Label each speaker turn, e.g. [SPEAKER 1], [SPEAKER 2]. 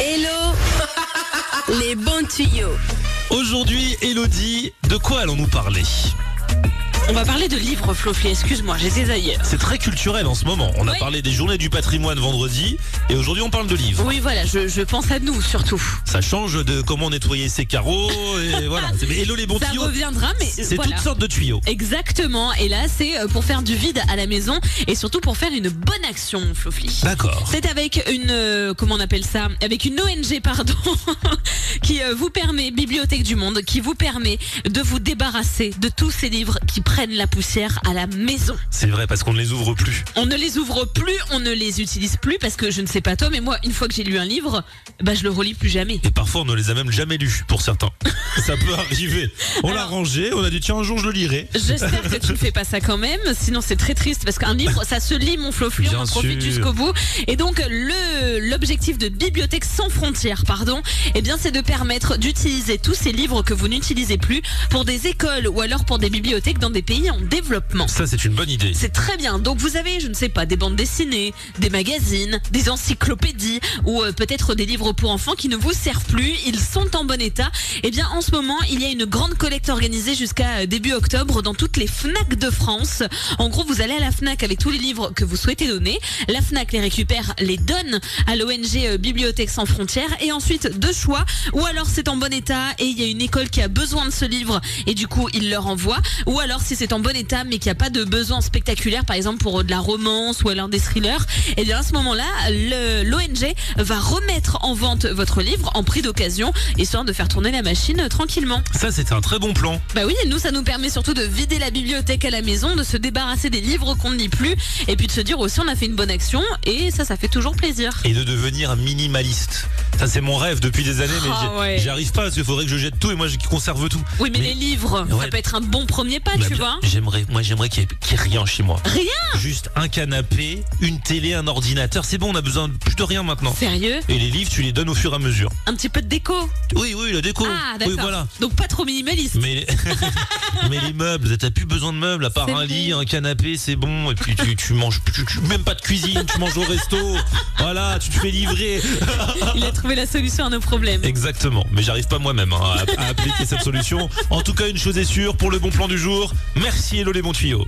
[SPEAKER 1] Hello Les bons tuyaux.
[SPEAKER 2] Aujourd'hui, Elodie, de quoi allons-nous parler
[SPEAKER 3] On va parler de livres, Floflé, excuse-moi, j'étais ailleurs.
[SPEAKER 2] C'est très culturel en ce moment. On a
[SPEAKER 3] Oui.
[SPEAKER 2] parlé des journées du patrimoine vendredi et aujourd'hui on parle de livres.
[SPEAKER 3] Oui, voilà, je, je pense à nous surtout.
[SPEAKER 2] Ça change de comment nettoyer ses carreaux et voilà. C'est- Mais Hello les bons
[SPEAKER 3] Ça
[SPEAKER 2] tuyaux,
[SPEAKER 3] reviendra, mais
[SPEAKER 2] c'est
[SPEAKER 3] voilà.
[SPEAKER 2] toutes sortes de tuyaux.
[SPEAKER 3] Exactement, et là c'est euh, pour faire du vide à la maison et surtout pour faire une bonne action, Flofli.
[SPEAKER 2] D'accord.
[SPEAKER 3] C'est avec une, euh, comment on appelle ça Avec une ONG, pardon, qui euh, vous permet, Bibliothèque du Monde, qui vous permet de vous débarrasser de tous ces livres qui prennent la poussière à la maison.
[SPEAKER 2] C'est vrai parce qu'on ne les ouvre plus.
[SPEAKER 3] On ne les ouvre plus, on ne les utilise plus parce que je ne sais pas toi, mais moi, une fois que j'ai lu un livre, bah je le relis plus jamais.
[SPEAKER 2] Et parfois on ne les a même jamais lus pour certains. Ça peut arriver. On l'a
[SPEAKER 3] Alors-
[SPEAKER 2] rangé, on a dit tiens un jour je le lirai.
[SPEAKER 3] J'espère que tu ne fais pas ça quand même, sinon c'est très triste parce qu'un livre, ça se lit, mon floflu, on
[SPEAKER 2] Bien
[SPEAKER 3] en profite
[SPEAKER 2] sûr.
[SPEAKER 3] jusqu'au bout. Et donc le l'objectif de Bibliothèque sans frontières, pardon, eh bien c'est de permettre d'utiliser tous ces livres que vous n'utilisez plus pour des écoles ou alors pour des bibliothèques dans des pays en développement.
[SPEAKER 2] Ça c'est une bonne idée.
[SPEAKER 3] C'est très bien. Donc vous avez, je ne sais pas, des bandes dessinées, des magazines, des encyclopédies ou euh, peut-être des livres pour enfants qui ne vous servent plus. Ils sont en bon état. Eh bien, en ce moment, il y a une grande collecte organisée jusqu'à euh, début octobre dans toutes les FNAC de France. En gros, vous allez à la FNAC avec tous les livres que vous souhaitez donner. La FNAC les récupère, les donne à l'ONG euh, Bibliothèque sans frontières et ensuite deux choix. Ou alors c'est en bon état et il y a une école qui a besoin de ce livre et du coup il leur envoie. Ou alors si c'est en bon état mais qu'il n'y a pas de besoin spectaculaire, par exemple pour euh, de la romance ou alors des thrillers, et bien à ce moment-là, le- l'ONG va remettre en vente votre livre en prix d'occasion, histoire de faire tourner la machine euh, tranquillement.
[SPEAKER 2] Ça c'est un très bon plan.
[SPEAKER 3] Bah oui, et nous, ça nous permet surtout de vider la bibliothèque à la maison, de se débarrasser des livres qu'on ne lit plus, et puis de se dire aussi on a fait une bonne action, et ça, ça fait toujours plaisir.
[SPEAKER 2] et de devenir minimaliste. Ça, c'est mon rêve depuis des années, mais
[SPEAKER 3] Ah
[SPEAKER 2] j'y-
[SPEAKER 3] ouais.
[SPEAKER 2] j'y arrive pas parce qu'il faudrait que je jette tout et moi je conserve tout.
[SPEAKER 3] Oui, mais,
[SPEAKER 2] Mais-
[SPEAKER 3] les livres,
[SPEAKER 2] Ouais.
[SPEAKER 3] ça peut être un bon premier pas,
[SPEAKER 2] Bah,
[SPEAKER 3] Ah, tu
[SPEAKER 2] bien-
[SPEAKER 3] vois.
[SPEAKER 2] J'aimerais, moi, j'aimerais qu'il y, ait- qu'il y ait rien chez moi.
[SPEAKER 3] Rien
[SPEAKER 2] Juste un canapé, une télé, un ordinateur. C'est bon, on a besoin de plus de rien maintenant.
[SPEAKER 3] Sérieux
[SPEAKER 2] Et les livres, tu les donnes au fur et à mesure.
[SPEAKER 3] Un petit peu de déco
[SPEAKER 2] Oui, oui, la déco.
[SPEAKER 3] Ah, d'accord.
[SPEAKER 2] oui, voilà.
[SPEAKER 3] Donc pas trop minimaliste.
[SPEAKER 2] Mais les, mais les meubles, t'as plus besoin de meubles à part
[SPEAKER 3] C'est
[SPEAKER 2] un lit,
[SPEAKER 3] vrai.
[SPEAKER 2] un canapé, c'est bon. Et puis tu, tu manges, tu- tu- même pas de cuisine, tu manges au resto. Voilà, tu te fais livrer.
[SPEAKER 3] Il a trouvé la solution à nos problèmes.
[SPEAKER 2] Exactement, mais j'arrive pas moi-même hein, à, à appliquer cette solution. En tout cas, une chose est sûre, pour le bon plan du jour, merci Hello les bons tuyaux.